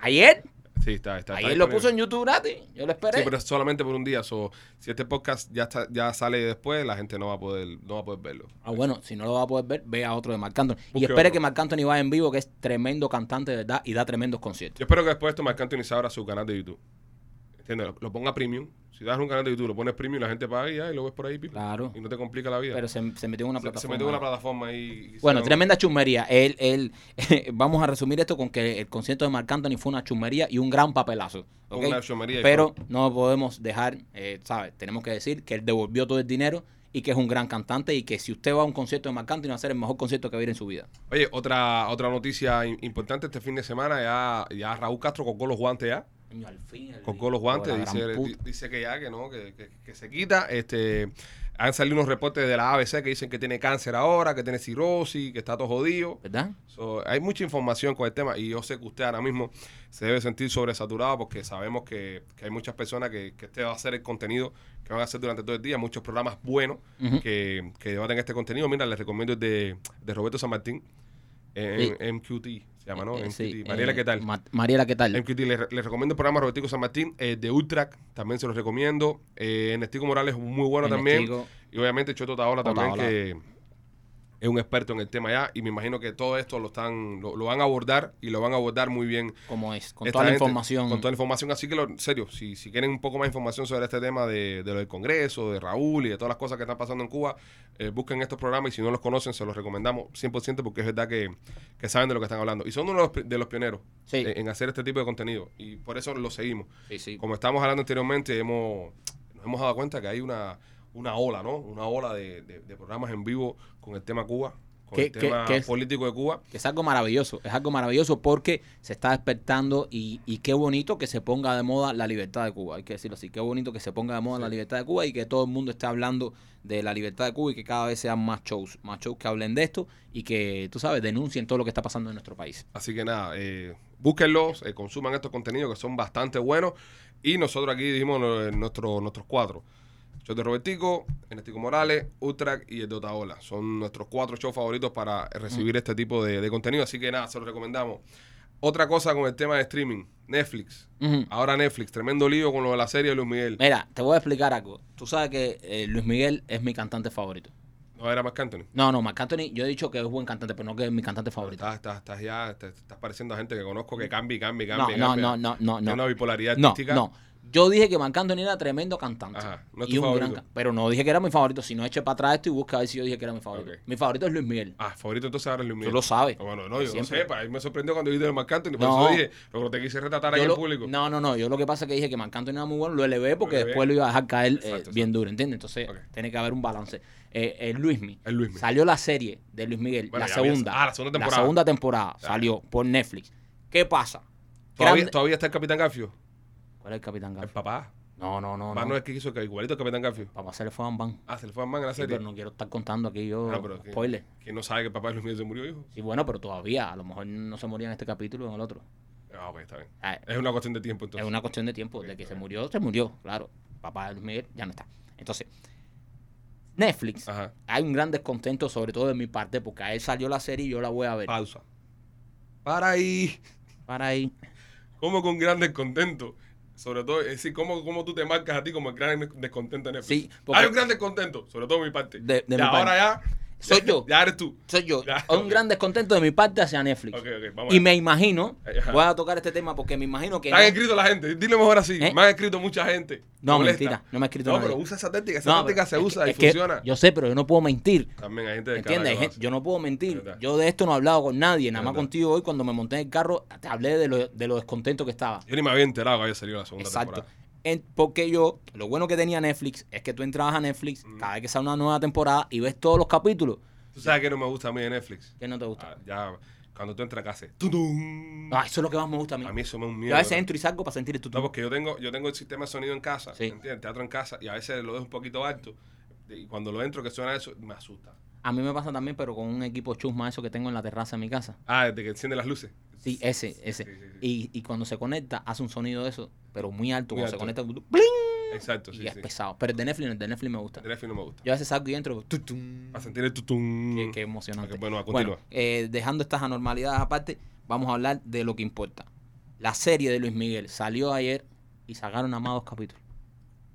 Ayer.
Sí, está, está. está
ayer lo
disponible.
puso en YouTube gratis. Yo lo esperé.
Sí, pero es solamente por un día. so, si este podcast ya está, ya sale después, la gente no va a poder, no va a poder verlo.
Ah, bueno, si no lo va a poder ver, vea otro de Marc Anthony. Y
Busque
espere
otro.
que Marc Anthony vaya en vivo, que es tremendo cantante de verdad y da tremendos conciertos.
Yo espero que después de esto Marc Anthony se abra su canal de YouTube. ¿Entiendes? Lo, lo ponga premium. Si das un canal de YouTube, lo pones premium, la gente paga y ya, y lo ves por ahí, pipi.
Claro.
Y no te complica la vida.
Pero se, se metió en una
se,
plataforma.
se metió en una plataforma ahí. y
Bueno,
hicieron-
tremenda chumería. Él, él, vamos a resumir esto con que el concierto de Marc Anthony fue una chumería y un gran papelazo. ¿ok?
Una chumería y
Pero no podemos dejar, eh, ¿sabes? Tenemos que decir que él devolvió todo el dinero y que es un gran cantante y que si usted va a un concierto de Marc Anthony va a ser el mejor concierto que va a ir en su vida.
Oye, otra, otra noticia im- importante este fin de semana. Ya, ya Raúl Castro cocó los guantes ya.
al fin.
Cocó los guantes. Dice, di- dice que ya, que no, que, que- que se quita. Este, han salido unos reportes de la ABC que dicen que tiene cáncer ahora, que tiene cirrosis, que está todo jodido.
¿Verdad?
So, hay mucha información con el tema y yo sé que usted ahora mismo se debe sentir sobresaturado porque sabemos que, que hay muchas personas que, que este va a ser el contenido que van a hacer durante todo el día, muchos programas buenos
Ujú.
que, que debaten este contenido. Mira, les recomiendo el de, de Roberto San Martín, eh, en- MQT, se llama, ¿no?
Eh,
MQT.
sí,
Mariela,
eh,
¿qué tal?
Ma- Mariela, ¿qué tal?
MQT, les, les recomiendo el programa Robertico San Martín, eh, de Ultrac, también se los recomiendo. Eh, Ernestico Morales, muy bueno también.
Ernestico.
Y obviamente Choto Taola también,
Taola.
que es un experto en el tema ya. Y me imagino que todo esto lo están lo, lo van a abordar y lo van a abordar muy bien.
¿Cómo es? Con
esta
toda la
gente,
información.
Con toda la información. Así que, lo, en serio, si, si quieren un poco más de información sobre este tema de, de lo del Congreso, de Raúl y de todas las cosas que están pasando en Cuba, eh, busquen estos programas y si no los conocen, se los recomendamos 100% porque es verdad que, que saben de lo que están hablando. Y son uno de los, pri- de los pioneros
Sí.
eh, en hacer este tipo de contenido. Y por eso lo seguimos
Sí, sí.
como estábamos hablando anteriormente, hemos, nos hemos dado cuenta que hay una, una ola, ¿no? Una ola de, de- de programas en vivo con el tema Cuba, con
¿Qué-
el tema
qué- qué es?
político de Cuba.
Es algo maravilloso, es algo maravilloso porque se está despertando y, y qué bonito que se ponga de moda la libertad de Cuba, hay que decirlo así, qué bonito que se ponga de moda la libertad de Cuba y que todo el mundo esté hablando de la libertad de Cuba y que cada vez sean más shows, más shows que hablen de esto y que, tú sabes, denuncien todo lo que está pasando en nuestro país.
Así que nada, eh, búsquenlos, eh, consuman estos contenidos que son bastante buenos. Y nosotros aquí dimos eh, nuestro- nuestros cuatro. Yo de Robertico, Ernestico Morales, Utrak y el de Otaola. Son nuestros cuatro shows favoritos para
Mm.
recibir este tipo de, de contenido. Así que nada, se los recomendamos. Otra cosa con el tema de streaming, Netflix.
Ujú.
Ahora Netflix, tremendo lío con lo de la serie de Luis Miguel.
Mira, te voy a explicar algo. Tú sabes que eh, Luis Miguel es mi cantante favorito.
No era más que Anthony.
No, no, Marc Anthony, yo he dicho que es buen cantante, pero no que es mi cantante favorito.
Estás, estás, estás ya, te- te estás pareciendo a gente que conozco que cambia, y cambia, y
No,
cambia. y
no,
cambia.
no, no, no,
Tiene
no.
una bipolaridad
No,
artística.
no. Yo dije que Marc Anthony era tremendo cantante.
Ajá, no es tu
y un gran
favorito.
ca- pero no dije que era mi favorito. Si no eche para atrás esto y busca a ver si yo dije que era mi favorito.
Ok.
Mi favorito es Luis Miguel.
Ah, favorito entonces ahora es Luis Miguel.
Tú lo sabes.
Ah, Bueno, no, yo
Siempre.
no sé, pa, ahí me sorprendió cuando viste de Marc Anthony, por
No.
eso dije, pero te quise retratar
Yo
aquí
lo-
en público.
No, no, no. Yo lo que pasa es que dije que Marc Anthony era muy bueno, lo elevé porque
elevé.
después lo iba a dejar caer eh,
Exacto,
bien duro, ¿entiendes? Entonces
Ok.
tiene que haber un balance. Eh, eh, Luismi.
El Luis Miguel.
Salió la serie de Luis Miguel,
Bueno,
la
ya había-
segunda.
ah, la segunda temporada.
segunda temporada salió por Netflix. ¿Qué pasa?
¿Todavía,
Grande-
todavía está el Capitán Garfio?
¿Cuál es el Capitán
El
Garfio?
papá.
No, no, no.
papá no
no.
es que hizo que igualito el Capitán Garfio.
Papá se le fue a Bam Bam.
Ah, se le fue a Man en la
Sí,
serie.
pero no quiero estar contando aquí yo
No, pero que-
spoiler.
Que no sabe que el papá de Luis Miguel se murió, hijo.
Sí, bueno, pero todavía. A lo mejor no se moría en este capítulo o en el otro.
Ah, ok, está bien.
Ah,
Es una cuestión de tiempo
Es
entonces.
una cuestión de tiempo.
Ok,
De que
está
se
bien.
murió, se murió. Claro. Papá de Luis Miguel ya no está. Entonces, Netflix.
Ajá.
Hay un gran descontento, sobre todo de mi parte, porque a él salió la serie y yo la voy a ver.
Pausa. Para ahí.
Para ahí.
Como con gran descontento. Sobre todo, es decir, ¿cómo, cómo tú te marcas a ti como el gran descontento en Netflix?
Sí, porque-
Hay un gran descontento, sobre todo de mi parte.
De- de
y
mi
ahora
parte.
ya.
Soy
ya-
yo.
Ya eres tú.
Soy yo.
Ya,
un
ok.
gran descontento de mi parte hacia Netflix.
Ok, ok, vamos.
Y
allá.
me imagino,
Ajá.
voy a tocar este tema porque me imagino que.
Te han
no-
escrito la gente. Dile mejor así.
¿Eh?
Me han escrito mucha gente.
No,
Molesta.
mentira, no me ha escrito
No,
nadie.
pero usa esa técnica. Esa
No,
técnica
pero
se
es
usa y
que- es que
funciona.
Yo sé, pero yo no puedo mentir.
También hay gente de cara
¿Entiendes?
que
Hay
lo
gente-
hace.
yo no puedo mentir.
verdad.
Yo de esto no he hablado con nadie. Nada más
verdad.
contigo hoy, cuando me monté en el carro, te hablé de lo, de lo descontento que estaba.
Yo ni me había enterado que había salido la segunda
Exacto.
temporada.
En- porque yo, lo bueno que tenía Netflix es que tú entrabas a Netflix
Mm.
cada vez que sale una nueva temporada y ves todos los capítulos
Tú sabes que no me gusta a mí de Netflix.
que no te gustan.
Ah, ya, cuando tú entras acá, haces. ¡tudum!
Ah, eso es lo que más me gusta a mí.
A mí eso me da un miedo.
yo a veces
bro.
entro y salgo para sentir el
No,
tutum.
porque yo tengo, yo tengo el sistema de sonido en casa,
Sí.
¿entiendes? Teatro en casa, y a veces lo dejo un poquito alto. Y cuando lo entro que suena eso, me asusta.
A mí me pasa también, pero con un equipo chusma eso que tengo en la terraza de mi casa.
Ah, desde que enciende las luces.
Sí, ese, ese.
sí, sí.
Y, y cuando se conecta, hace un sonido de eso, pero muy alto.
Muy
cuando se
alto.
conecta, ¡bling!
Exacto, sí,
y es
sí.
pesado. Pero el de Netflix, el de Netflix me gusta.
El teléfono no me gusta.
Yo a veces salgo y entro, tutum.
Para sentir el tutum.
Qué, qué emocionante.
Ok, bueno, a continuar.
eh, dejando estas anormalidades aparte, vamos a hablar de lo que importa. La serie de Luis Miguel salió ayer y sacaron nada más dos capítulos.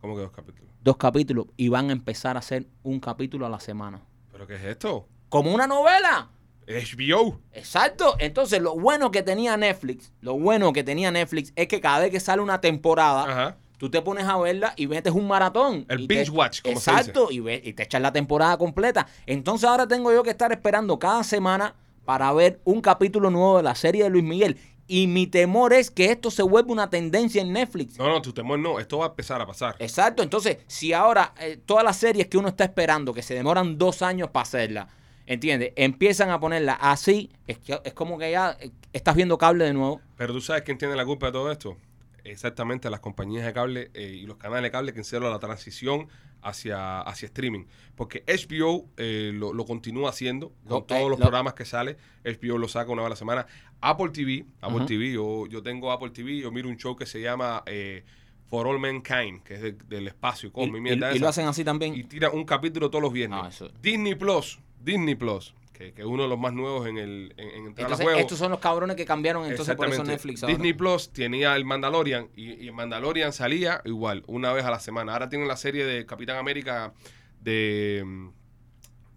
¿Cómo que dos capítulos?
Dos capítulos y van a empezar a hacer un capítulo a la semana.
¿Pero qué es esto?
Como una novela.
HBO.
Exacto. Entonces, lo bueno que tenía Netflix, lo bueno que tenía Netflix es que cada vez que sale una temporada,
Ajá.
tú te pones a verla y metes un maratón.
El
Y te-
binge watch, como se
Exacto, y, ve- y te echas la temporada completa. Entonces ahora tengo yo que estar esperando cada semana para ver un capítulo nuevo de la serie de Luis Miguel. Y mi temor es que esto se vuelva una tendencia en Netflix.
No, no, tu temor no. Esto va a empezar a pasar.
Exacto, entonces si ahora eh, todas las series que uno está esperando, que se demoran dos años para hacerla, ¿entiendes? Empiezan a ponerla así, es, que- es como que ya eh, estás viendo cable de nuevo.
Pero tú sabes quién tiene la culpa de todo esto. Exactamente las compañías de cable eh, y los canales de cable que hicieron la transición hacia, hacia streaming. Porque HBO eh, lo, lo continúa haciendo con
Lo-
todos
eh,
los
lo-
programas que sale. HBO lo saca una vez a la semana. Apple TV, Apple
Ujú.
TV, yo, yo tengo Apple TV, yo miro un show que se llama eh, For All Mankind, que es de- del espacio, con
Y,
mi
y-
mierda
y
esa
lo hacen así también.
y tira un capítulo todos los viernes.
Ah, eso.
Disney Plus, Disney Plus, que, que es uno de los más nuevos en el en, en entrar
Entonces,
a juego.
estos son los cabrones que cambiaron entonces por eso Netflix ahora.
Disney Plus tenía el Mandalorian y, y el Mandalorian salía igual, una vez a la semana. Ahora tienen la serie de Capitán América de mm,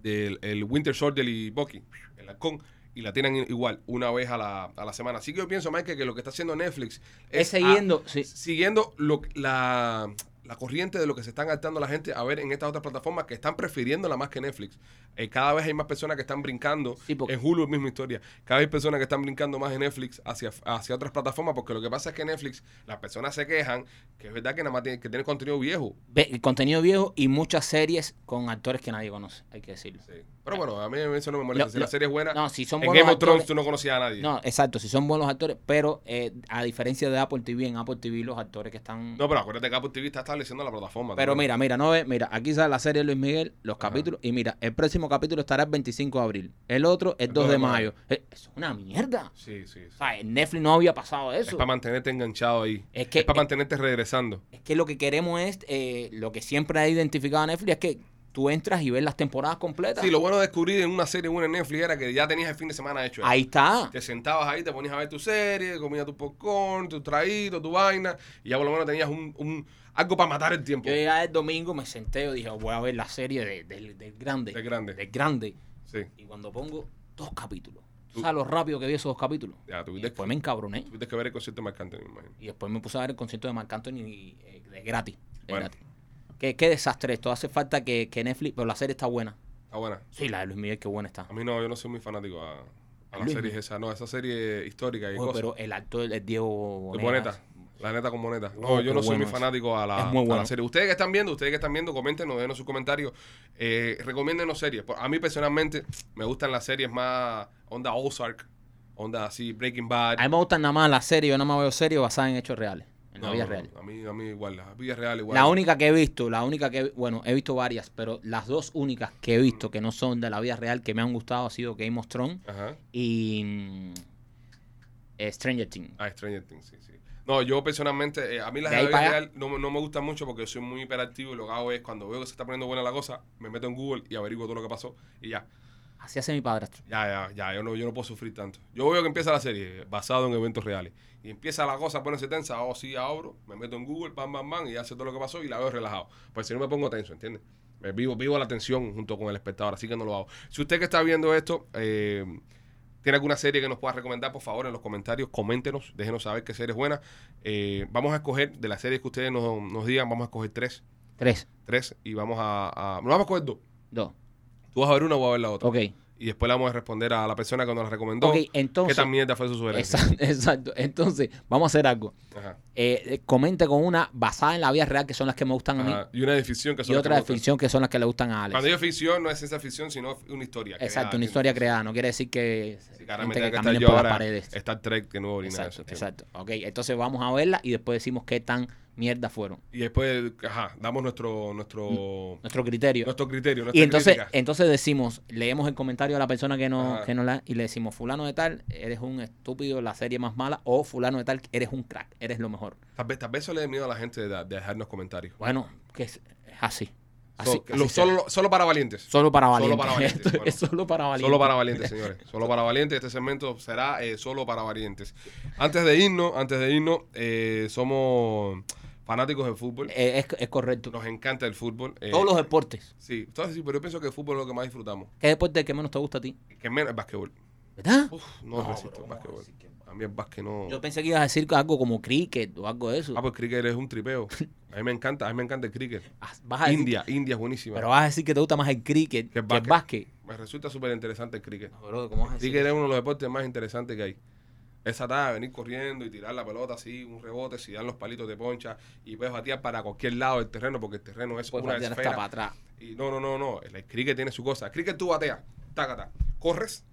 del el Winter Soldier y Bucky, el halcón, y la tienen igual, una vez a la, a la semana. Así que yo pienso, Mike, que lo que está haciendo Netflix
es
a-
siguiendo, sí.
siguiendo lo, que- la, la corriente de lo que se están adaptando la gente a ver en estas otras plataformas que están prefiriéndola más que Netflix. Eh, cada vez hay más personas que están brincando.
Sí, porque-
En Hulu es misma historia. Cada vez hay personas que están brincando más en Netflix hacia, hacia otras plataformas porque lo que pasa es que Netflix, las personas se quejan que es verdad que nada más tiene, que tiene contenido viejo.
Ve- contenido viejo y muchas series con actores que nadie conoce, hay que decirlo.
Sí. Pero bueno, a mí eso no me molesta.
Lo-
si la
lo-
serie es buena,
No, si son
en
buenos
Game of Thrones
actores.
tú no conocías a nadie. No,
No, exacto, si son buenos actores, pero eh, a diferencia de Apple TV, en Apple TV los actores que están.
pero acuérdate que Apple TV está estableciendo la plataforma.
pero
también.
mira, mira, no ve, mira, aquí sale la serie de Luis Miguel, los capítulos, y mira, el próximo capítulo estará el 25 de abril, el otro el 2 de mayo. Eh, eso es una mierda.
Sí, sí. sí.
O sea, en Netflix no había pasado
Es
eso.
para mantenerte enganchado ahí.
Es que- eh,
es para mantenerte regresando.
Es que lo que queremos es, eh, lo que siempre ha identificado a Netflix es que tú entras y ves las temporadas completas.
Sí, lo bueno de descubrir en una serie buena en Netflix era que ya tenías el fin de semana hecho.
Ahí está.
Te sentabas ahí, te ponías a ver tu serie, comías tu popcorn, tu traguito, tu vaina, y ya por lo menos tenías un, un- algo para matar el tiempo.
Yo llegué el domingo, me senté, yo dije, voy a ver la serie de- del, del grande.
Del grande.
Del grande.
Sí.
Y cuando pongo dos capítulos, O sea, lo rápido que vi esos dos capítulos.
Ya,
Y
tuviste,
después me encabroné.
tuviste que ver el concierto de Marc Anthony, me imagino.
Y después me puse a ver el concierto de Marc Anthony y, eh, de gratis. de
Bueno.
gratis. Qué, qué desastre esto. Hace falta que, que Netflix, pero la serie está buena.
Está buena.
Sí, la de Luis Miguel, qué buena está.
Ah, A mí no, yo no soy muy fanático a, a las
Luis.
series esas. No, esa serie histórica y
Oye,
cosas.
pero el actor es Diego
De
Boneta.
Boneta. La neta con Boneta. No,
Oh,
yo
qué
no soy
bueno
muy
es.
fanático a la,
Es muy
a la
bueno.
serie. Ustedes que están viendo, ustedes que están viendo, coméntenos, denos sus comentarios. Eh, recomiéndenos series. Por- A mí personalmente me gustan las series más onda Ozark, onda así Breaking Bad.
A mí me gustan nada más las series. Yo nada más veo series basadas en hechos reales. En
No,
la vida
no,
real.
no, A mí, a mí igual, la vida real igual.
La única que he visto, la única que, bueno, he visto varias, pero las dos únicas que he visto que no son de la vida real que me han gustado ha sido Game of Thrones
Ajá.
y mm, eh, Stranger Things.
Ah, Stranger Things, sí, sí. No, yo personalmente, eh, a mí las
De
de
ahí
la vida
para
real no, me- no me gustan mucho porque soy muy hiperactivo y lo que hago es cuando veo que se está poniendo buena la cosa, me meto en Google y averiguo todo lo que pasó y ya.
Así hace mi padrastro.
Ya, ya, ya, yo no, yo no puedo sufrir tanto. Yo veo que empieza la serie, eh, basado en eventos reales. Y empieza la cosa a ponerse tensa, oh sí, abro, me meto en Google, pam, pam, pam, y ya sé todo lo que pasó y la veo relajado. Pues si no me pongo tenso, ¿entiendes? Me vivo, vivo la tensión junto con el espectador, así que no lo hago. Si usted que está viendo esto, eh, tiene alguna serie que nos pueda recomendar, por favor, en los comentarios, coméntenos, déjenos saber qué serie es buena. Eh, vamos a escoger, de las series que ustedes nos, nos digan, vamos a escoger tres,
Tres,
tres, y vamos a, a- No vamos a escoger dos.
dos.
Tú vas a ver una o vas a ver la otra.
Ok.
Y después le vamos a responder a la persona que nos la recomendó.
ok,
¿Qué
entonces.
tan mierda fue su sugerencia?
exacto, exacto. Entonces, vamos a hacer algo.
Ajá.
Eh, eh, comente con una basada en la vida real que son las que me gustan a mí
Ajá. Y una de ficción que son
y
las que
otra
me
de
gustan.
ficción que son las que le gustan a Alex.
Cuando digo ficción, no es ciencia ficción, sino una historia.
Exacto, una historia creada. No quiere decir que
que
gente que caminen
está
por
yo
las
ahora,
paredes.
Star Trek que no orina
Exacto,
eso, ¿entiendes?
exacto. Ok, entonces vamos a verla y después decimos qué tan mierda fueron.
Y después, ajá, damos nuestro nuestro
Mm. Nuestro criterio.
nuestro criterio, nuestra
y entonces, eh,
crítica.
entonces decimos, leemos el comentario de la persona que nos
Ajá.
que nos la y le decimos, fulano de tal, eres un estúpido, la serie más mala, o fulano de tal, eres un crack, eres lo mejor.
Tal vez, tal vez eso le dé miedo a la gente de, de dejarnos comentarios.
Bueno, que es, es así.
So-
Así-
lo-
así
solo,
será.
solo para valientes.
solo para
solo
valientes.
para valientes,
Esto es
bueno.
solo para valientes.
Solo para valientes, señores. Solo para valientes. Este segmento será eh, solo para valientes. Antes de irnos, antes de irnos, eh, somos fanáticos del fútbol.
Eh, es, es correcto.
Nos encanta el fútbol. eh,
Todos los deportes.
Sí, entonces sí, pero yo pienso que el fútbol es lo que más disfrutamos.
¿Qué deporte es el que menos te gusta a ti?
Que menos el básquetbol.
¿Verdad?
Uf, no, resisto el básquetbol. A mí el básquet no.
Yo pensé que ibas a decir algo como cricket o algo de eso.
Ah, pues cricket es un tripeo. A mí me encanta, a mí me encanta el cricket.
Ah, vas a decir-
India, India es buenísima.
Pero vas a decir que te gusta más el cricket
Que
que
el
el básquet.
Me resulta súper interesante el cricket.
No, bro, ¿cómo vas a
El
decir?
cricket es uno de los deportes más interesantes que hay. Esa atada de venir corriendo y tirar la pelota así, un rebote, si dan los palitos de poncha y puedes batear para cualquier lado del terreno porque el terreno es
Puedes
una
patear hasta para
esfera.
atrás.
Y no, no, no, no. El cricket tiene su cosa. El cricket tú bateas, tácata, corres,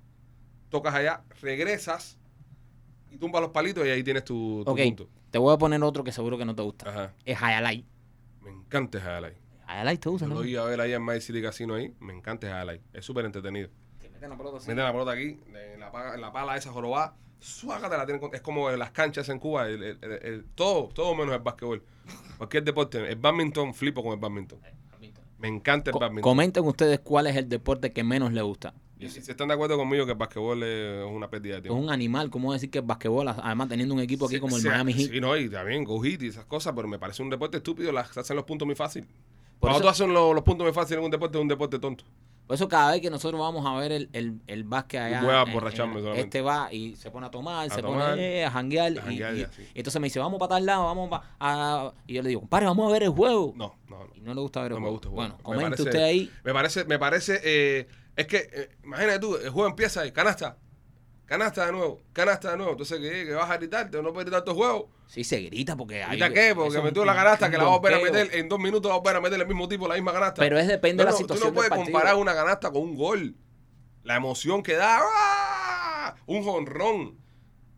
tocas allá, regresas y tumbas los palitos y ahí tienes tu, tu
Ok,
punto.
te voy a poner otro que seguro que no te gusta.
Ajá.
Es Hayalay.
Me encanta ese highlight.
Hayalay te
Yo
gusta, ¿no?
lo iba a ver allá en My City Casino ahí. Me encanta ese highlight. Es súper entretenido.
Que meten la pelota así.
Mete la pelota aquí, en la, paga- en la pala esa jorobada. Suácate la tienen con- Es como en las canchas en Cuba. el- el- el- el- todo, todo menos el básquetbol. Cualquier deporte. El badminton, flipo con el badminton. Me encanta el
Co-
badminton.
comenten ustedes cuál es el deporte que menos les gusta.
Y si si están de acuerdo conmigo que el básquetbol es una pérdida de
Es
tiempo.
un animal, ¿cómo decir que el basquetbol, además teniendo un equipo aquí
Sí,
como el
sí,
Miami Heat?
Sí, no, y también Go Heat y esas cosas, pero me parece un deporte estúpido. Las hacen los puntos muy fácil.
Por
Cuando
eso-
tú haces los, los puntos muy fáciles en un deporte, es un deporte tonto.
Por eso cada vez que nosotros vamos a ver el, el, el básquet allá,
Voy a
en- en-
emborracharme solamente.
este va y se pone a tomar,
A
se
tomar,
pone eh, a janguear. y-
a janguear
y,
y así.
y entonces me dice, vamos para tal lado, vamos pa- a... Y yo le digo, compadre, vamos a ver el juego.
No, no, no.
Y no le gusta ver el
No me
juego.
gusta el juego.
Bueno,
Me
comente
parece-
usted ahí.
Me parece, me parece, eh, es que, eh, imagínate tú, el juego empieza y canasta, canasta de nuevo, canasta de nuevo. Entonces, ¿qué? ¿Que vas a gritarte? ¿No puedes gritar tu juego?
Sí, se grita porque... hay-
¿Grita qué?
eso
Porque
es
metió
un-
la canasta
un
que la vas a volver a
donqueo.
meter, en dos minutos vas a volver a meter el mismo tipo, la misma canasta.
Pero es depende de la
No, no,
situación
Tú no puedes
del partido.
comparar una canasta con un gol. La emoción que da, ¡ah! un jonrón.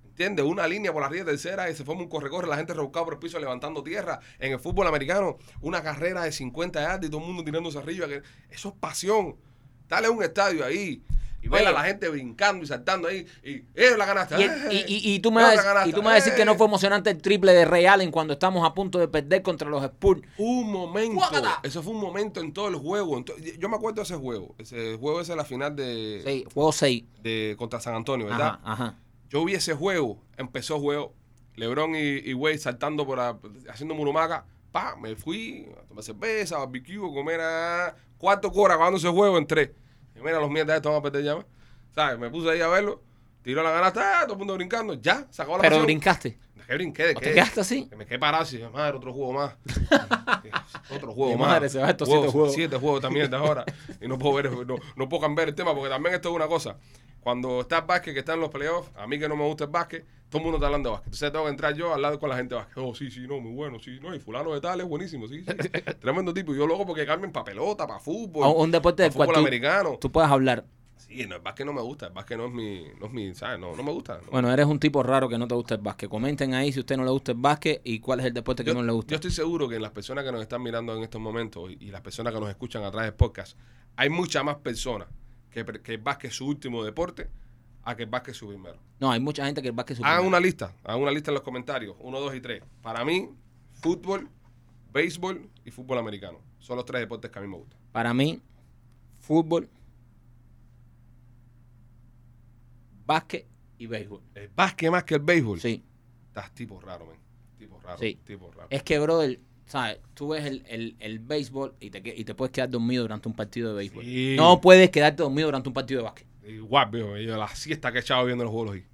¿Entiendes? Una línea por la ría tercera y se forma un corre-corre, la gente rebuscada por el piso levantando tierra. En el fútbol americano, una carrera de 50 yardas y todo el mundo tirándose arriba. que- Eso es pasión. Dale un estadio ahí y ver a
Oye.
la gente brincando y saltando ahí. Y ¡eh, la canasta!
Y,
¡eh!
y- y- y tú me
¡Eh,
vas,
la
a dec- y
canasta!
tú me vas a decir que no
¡eh!
fue emocionante el triple de Ray Allen cuando estamos a punto de perder contra los Spurs.
Un momento.
¡Guácala!
Eso fue un momento en todo el juego. en to- yo me acuerdo de ese juego. Ese juego ese es la final de,
Sí, juego 6.
de contra San Antonio, ¿verdad?
Ajá, ajá.
Yo vi ese juego, empezó el juego, LeBron y, y Wade saltando por la- haciendo murumaca, pa, me fui a tomar cerveza, barbecue, a comer ah, a cuarto horas acabando ese juego, entré. Y mira los mierdas, estos van a perder llama. ¿Sabes? Me puse ahí a verlo. Tiro la gana, ¡ah! todo el mundo brincando. Ya, se acabó la
Pero
canción.
brincaste.
¿De ¿Qué brinqué? ¿De
¿O
qué?
te quedaste así?
Que Me quedé parado y dije, madre, otro juego más. otro juego
Mi
más.
madre, se va estos siete juegos.
Siete juegos también de ahora. Y no puedo ver, no, no puedo cambiar el tema porque también esto es una cosa. Cuando está el básquet, que está en los playoffs, a mí que no me gusta el básquet, todo el mundo está hablando de básquet. Entonces tengo que entrar yo al lado con la gente de básquet. Oh, sí, sí, no, muy bueno, sí, no. Y fulano de tal es buenísimo, sí, sí. Tremendo tipo. Y yo luego porque cambien para pelota, para fútbol.
A un- un deporte del
para fútbol
cual tú-
americano.
Tú puedes hablar.
Sí, no, el básquet no me gusta. El básquet no es mi, no es mi, ¿sabes? No, no me gusta. no.
Bueno, eres un tipo raro que no te gusta el básquet. Comenten ahí si a usted no le gusta el básquet y cuál es el deporte que
yo,
no le gusta.
yo estoy seguro que las personas que nos están mirando en estos momentos y, y las personas que nos escuchan a través de podcast, hay muchas más personas que, pre- que el básquet es su último deporte a que el básquet es su primero.
No, hay mucha gente que el básquet es su
Hagan
primero.
una lista, hagan una lista en los comentarios, uno, dos y tres. Para mí, fútbol, béisbol y fútbol americano. Son los tres deportes que a mí me gustan.
Para mí, fútbol, básquet y béisbol.
¿El Eh, básquet más que el béisbol?
Sí.
Estás tipo raro, men. Tipo raro,
Sí.
tipo raro.
Es que, brother, ¿sabes? Tú ves el, el- el béisbol y te, que- y te puedes quedar dormido durante un partido de béisbol.
Sí.
No puedes quedarte dormido durante un partido de básquet.
Igual, viejo, yo la siesta que he echado viendo los juegos hoy.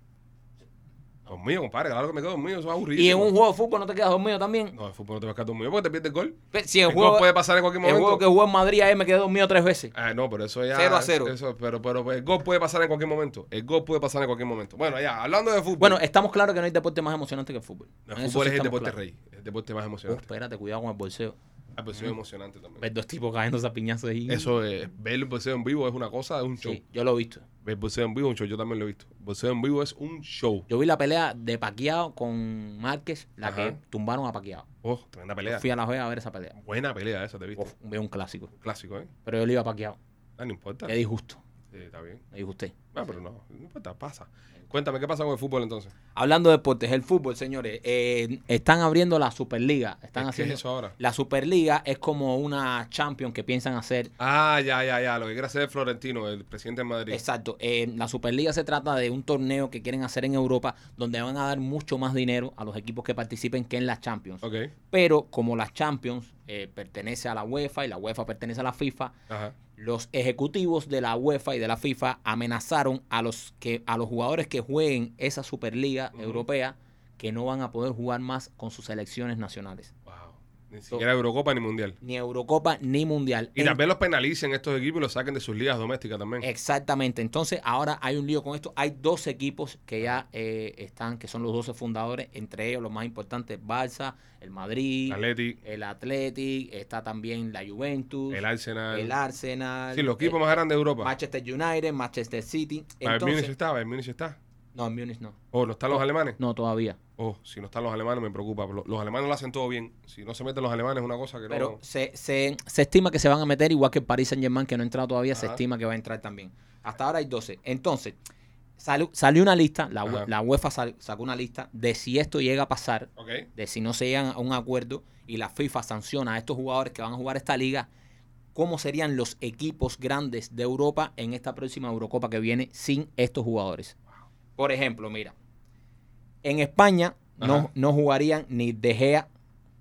Conmigo, compadre, claro que me quedo dormido, eso es aburrido.
Y en un juego de fútbol no te quedas dormido también.
No, el fútbol no te va a quedar dormido porque te pierdes el gol.
Pe- Si
El,
el
gol
juego,
puede pasar en cualquier
el
momento.
juego que jugó en Madrid, ahí me quedé dormido tres veces.
Ah, no, pero eso ya.
Cero a cero.
Eso, pero, pero el gol puede pasar en cualquier momento. El gol puede pasar en cualquier momento. Bueno, ya, hablando de fútbol.
Bueno, estamos claros que no hay deporte más emocionante que el fútbol.
el
En eso
fútbol
sí
es el
estamos
deporte
claros.
rey. El deporte más
Oh,
emocionante.
espérate, cuidado con el bolseo.
El boxeo es
Mm.
emocionante también.
Ver dos tipos cayendo a piñazos ahí.
Eso, es, ver el boxeo en vivo es una cosa, es un show.
Sí, yo lo he visto.
Ver el boxeo en vivo es un show, yo también lo he visto. El boxeo en vivo es un show.
Yo vi la pelea de Paquiao con Márquez, la
Ajá.
que tumbaron a Paquiao.
Oh, tremenda pelea.
Fui a La Vega a ver esa pelea.
Buena pelea esa, te viste.
Uf, veo un clásico.
Clásico, ¿eh?
Pero yo le iba a Paquiao.
Ah, no importa.
Qué disgusto.
Sí, está bien.
Me disgusté.
Ah, pero no, no importa, pasa. Cuéntame, ¿qué pasa con el fútbol entonces?
Hablando de deportes, el fútbol, señores. eh, están abriendo la Superliga. Están
¿Qué es
haciendo.
eso ahora?
La Superliga es como una Champions que piensan hacer
Ah, ya, ya, ya. Lo que quiere hacer es Florentino, el presidente de Madrid.
Exacto. Eh, la Superliga se trata de un torneo que quieren hacer en Europa donde van a dar mucho más dinero a los equipos que participen que en las Champions.
Ok.
Pero como las Champions eh, pertenece a la UEFA y la UEFA pertenece a la FIFA,
Ajá.
los ejecutivos de la UEFA y de la FIFA amenazaron a los que a los jugadores que jueguen esa Superliga
Ujú.
europea que no van a poder jugar más con sus selecciones nacionales,
Wow. Ni siquiera Eurocopa ni Mundial.
ni Eurocopa ni Mundial.
Y
En-
también los penalicen estos equipos y los saquen de sus ligas domésticas también.
Exactamente. Entonces, ahora hay un lío con esto. Hay dos equipos que ya eh, están, que son los 12 fundadores, entre ellos los más importantes, el Barça, el Madrid,
Atleti,
el Athletic, está también la Juventus,
el
el,
Arsenal.
Arsenal,
Sí, los equipos
el
más grandes de Europa.
Manchester United, Manchester City.
Bayern Múnich
Entonces,
está, Bayern Múnich está.
no, en Múnich no.
Oh, ¿no están los alemanes?
No, todavía.
Oh, si no están los alemanes me preocupa. Lo- Los, alemanes lo hacen todo bien. Si no se meten los alemanes es una cosa que
Pero
no...
se, se, se estima que se van a meter, igual que el Paris Saint Germain, que no ha entrado todavía, se
Ajá.
estima que va a entrar también. Hasta ahora hay 12. Entonces, salió, salió una lista, la, ue-
Ajá.
la UEFA sal- sacó una lista de si esto llega a pasar,
Ok.
de si no se llegan a un acuerdo y la FIFA sanciona a estos jugadores que van a jugar esta liga, ¿cómo serían los equipos grandes de Europa en esta próxima Eurocopa que viene sin estos jugadores? Por ejemplo, mira, en España
Ajá.
no, no jugarían ni De Gea,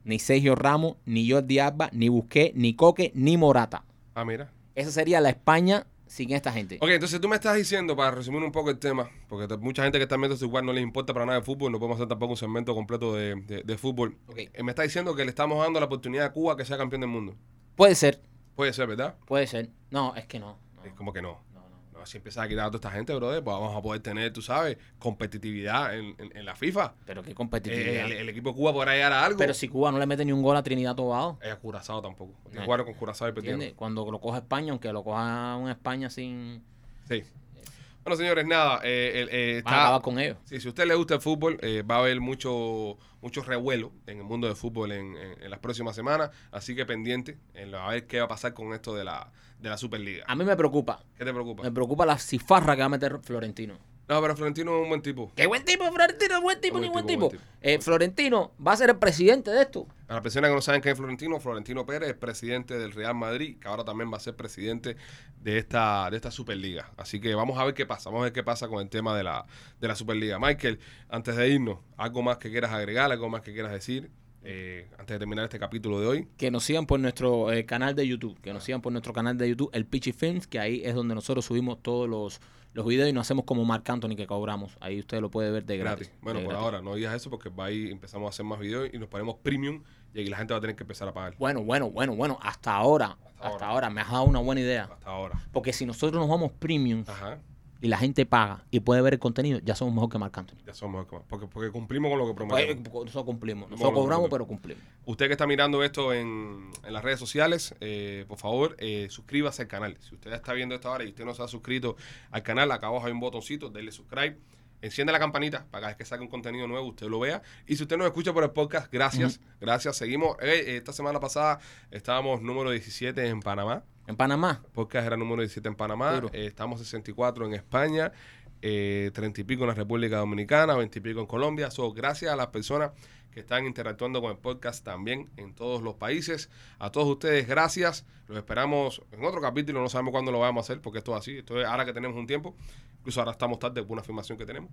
ni Sergio Ramos, ni Jordi Alba, ni Busquets, ni Coque, ni Morata.
Ah, mira.
Esa sería la España sin esta gente.
Ok, entonces tú me estás diciendo, para resumir un poco el tema, porque te- mucha gente que está viendo esto igual no les importa para nada el fútbol, no podemos hacer tampoco un segmento completo de, de- de fútbol.
Ok.
Eh, me está diciendo que le estamos dando la oportunidad a Cuba que sea campeón del mundo.
Puede ser,
Puede ser, ¿verdad?
puede ser. No, es que no. no,
Es como que no.
no, no.
No, si empiezas a quitar a toda esta gente, brother, pues vamos a poder tener, tú sabes, competitividad en, en- en la FIFA.
Pero qué
Eh,
competitividad.
el, el equipo de Cuba podrá llegar a algo.
Pero si Cuba no le mete ni un gol a Trinidad Tobago.
Eh, a Curazao tampoco. Porque
No.
jugaron con Curazao y perdieron.
¿Entiendes? Cuando lo coja España, aunque lo coja una España sin.
Sí. Bueno, señores, nada. eh, el- eh,
Van Eh. a
está,
acabar con ellos.
Sí, si a usted le gusta el fútbol, eh, va a haber mucho, mucho revuelo en el mundo del fútbol en, en- en las próximas semanas. Así que pendiente en lo- a ver qué va a pasar con esto de la, de la Superliga.
A mí me preocupa.
¿Qué te preocupa?
Me preocupa la cifarra que va a meter Florentino.
No, pero Florentino es un buen tipo.
¡Qué buen tipo, Florentino! ¡Buen tipo,
Buen
ni
tipo,
buen
buen
tipo!
tipo.
Eh, Florentino va a ser el presidente de esto.
Para las personas que no saben quién es Florentino, Florentino Pérez, presidente del Real Madrid, que ahora también va a ser presidente de esta, de esta Superliga. Así que vamos a ver qué pasa, vamos a ver qué pasa con el tema de la, de la Superliga. Michael, antes de irnos, ¿algo más que quieras agregar, algo más que quieras decir? eh, antes de terminar este capítulo de hoy.
Que nos sigan por nuestro eh, canal de YouTube, que nos sigan por nuestro canal de YouTube, el Pichi Films, que ahí es donde nosotros subimos todos los, los videos y no hacemos como Marc Anthony que cobramos. Ahí usted lo puede ver de gratis.
Gratis. Bueno,
de
por
gratis.
ahora no digas eso porque va ahí empezamos a hacer más videos y nos ponemos premium y ahí la gente va a tener que empezar a pagar.
Bueno, bueno, bueno, bueno, hasta ahora, hasta,
ahora.
ahora me has dado una buena idea.
Hasta ahora.
Porque si nosotros nos vamos premium
Ajá.
y la gente paga y puede ver el contenido, ya somos mejor que Marc Anthony.
Ya somos porque, porque cumplimos con lo que
Pues,
prometemos.
nosotros cumplimos,
Vamos
nosotros
a ver, vamos
cobramos,
a ver.
pero cumplimos.
Usted que está mirando esto en, en las redes sociales, eh, por favor, eh, suscríbase al canal. Si usted está viendo esto ahora y usted no se ha suscrito al canal, acá abajo hay un botoncito, dele subscribe. Enciende la campanita para cada vez que saque un contenido nuevo usted lo vea. Y si usted nos escucha por el podcast, gracias, gracias. Seguimos. Eh, esta semana pasada estábamos número 17 en Panamá.
En Panamá,
Podcast era número 17 en Panamá.
Duro.
eh, estamos 64 en España, eh, 30 y pico en la República Dominicana, 20 y pico en Colombia. So, gracias a las personas que están interactuando con el podcast también en todos los países. A todos ustedes, gracias. Los esperamos en otro capítulo. No sabemos cuándo lo vamos a hacer porque esto es así. Esto es ahora que tenemos un tiempo. Incluso ahora estamos tarde por una afirmación que tenemos.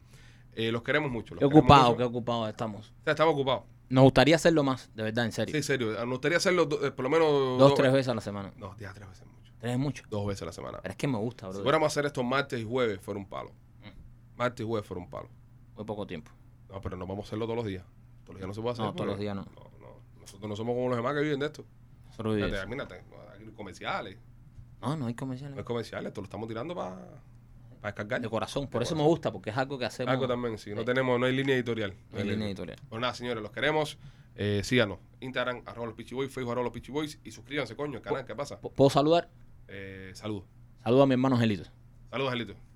Eh, los queremos mucho. los
qué
queremos
ocupado,
mucho.
qué ocupado estamos.
O sea, estamos ocupados.
Nos gustaría hacerlo más, de verdad, en serio.
Sí, en serio. Nos gustaría hacerlo do- eh, por lo menos
Dos, tres veces a la semana.
No, ya tres veces mucho.
Tres es mucho.
Dos veces a la semana.
Pero Mm. es que me gusta, bro.
Si fuéramos a hacer esto martes y jueves, fuera un palo. Martes y jueves fuera un palo.
Muy poco tiempo.
No, pero no vamos a hacerlo todos los días. Todos los días no se puede hacer.
No, todos
porque-
los días no.
No, no. Nosotros no somos como los demás que viven de esto.
Solo vive eso.
Termínate, hay comerciales.
No, no hay
No
comerciales.
hay comerciales, esto lo estamos tirando para descargar.
Mm. De corazón. Por
De
eso me
corazón.
gusta, porque es algo que hacemos.
Algo también, si no
Sí.
tenemos, no hay línea editorial.
No hay línea editorial.
Pues nada, señores, los queremos. Eh, síganos. Instagram, arroba los Peachy Boys, Facebook, arroba los Peachy Boys. Y suscríbanse, coño, al canal, ¿qué pasa?
¿Puedo saludar?
Eh, saludos.
Saludo a mi hermano Angelito.
Saludos, Angelito.